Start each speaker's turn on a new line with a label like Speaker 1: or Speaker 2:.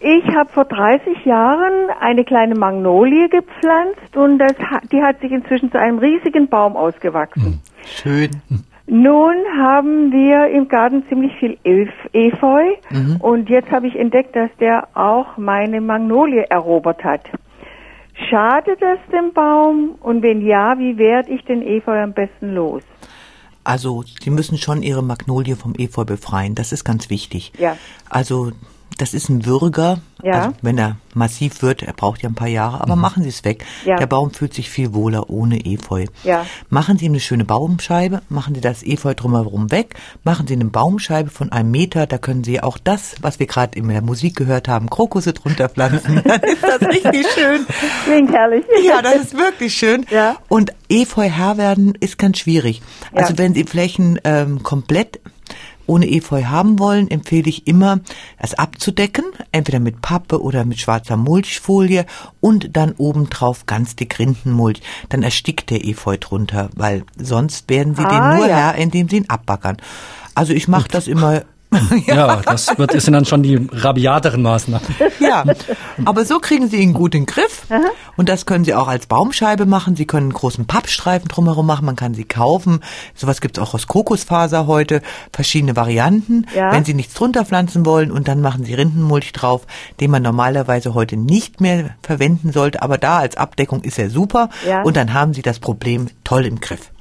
Speaker 1: Ich habe vor 30 Jahren eine kleine Magnolie gepflanzt und das, ha- die hat sich inzwischen zu einem riesigen Baum ausgewachsen.
Speaker 2: Schön.
Speaker 1: Nun haben wir im Garten ziemlich viel Elf- Efeu und jetzt habe ich entdeckt, dass der auch meine Magnolie erobert hat. Schadet das dem Baum und wenn ja, wie werde ich den Efeu am besten los?
Speaker 2: Also, Sie müssen schon Ihre Magnolie vom Efeu befreien. Das ist ganz wichtig.
Speaker 1: Ja.
Speaker 2: Also, das ist ein Würger.
Speaker 1: Ja.
Speaker 2: Also, wenn er massiv wird, er braucht ja ein paar Jahre, aber machen Sie es weg.
Speaker 1: Ja.
Speaker 2: Der Baum fühlt sich viel wohler ohne Efeu.
Speaker 1: Ja.
Speaker 2: Machen Sie ihm eine schöne Baumscheibe, machen Sie das Efeu drumherum weg, machen Sie eine Baumscheibe von einem Meter, da können Sie auch das, was wir gerade in der Musik gehört haben, Krokusse drunter pflanzen. Dann ist das richtig schön.
Speaker 1: Klingt herrlich.
Speaker 2: Ja, das ist wirklich schön.
Speaker 1: Ja.
Speaker 2: Und Efeu Haar werden ist ganz schwierig.
Speaker 1: Ja.
Speaker 2: Also wenn Sie Flächen ähm, komplett ohne Efeu haben wollen, empfehle ich immer, es abzudecken, entweder mit Pappe oder mit schwarzer Mulchfolie und dann obendrauf ganz dick Rindenmulch. Dann erstickt der Efeu drunter, weil sonst werden Sie
Speaker 1: Ah,
Speaker 2: den nur
Speaker 1: ja.
Speaker 2: Herr, indem Sie ihn abbackern. Also ich mache das immer...
Speaker 3: Ja, das wird, das sind dann schon die rabiateren Maßnahmen.
Speaker 2: Ja, aber so kriegen Sie ihn gut in den Griff. Und das können Sie auch als Baumscheibe machen. Sie können einen großen Pappstreifen drumherum machen. Man kann sie kaufen. Sowas gibt's auch aus Kokosfaser heute. Verschiedene Varianten.
Speaker 1: Ja.
Speaker 2: Wenn Sie nichts drunter pflanzen wollen und dann machen Sie Rindenmulch drauf, den man normalerweise heute nicht mehr verwenden sollte. Aber da als Abdeckung ist er super.
Speaker 1: Ja.
Speaker 2: Und dann haben Sie das Problem toll im Griff.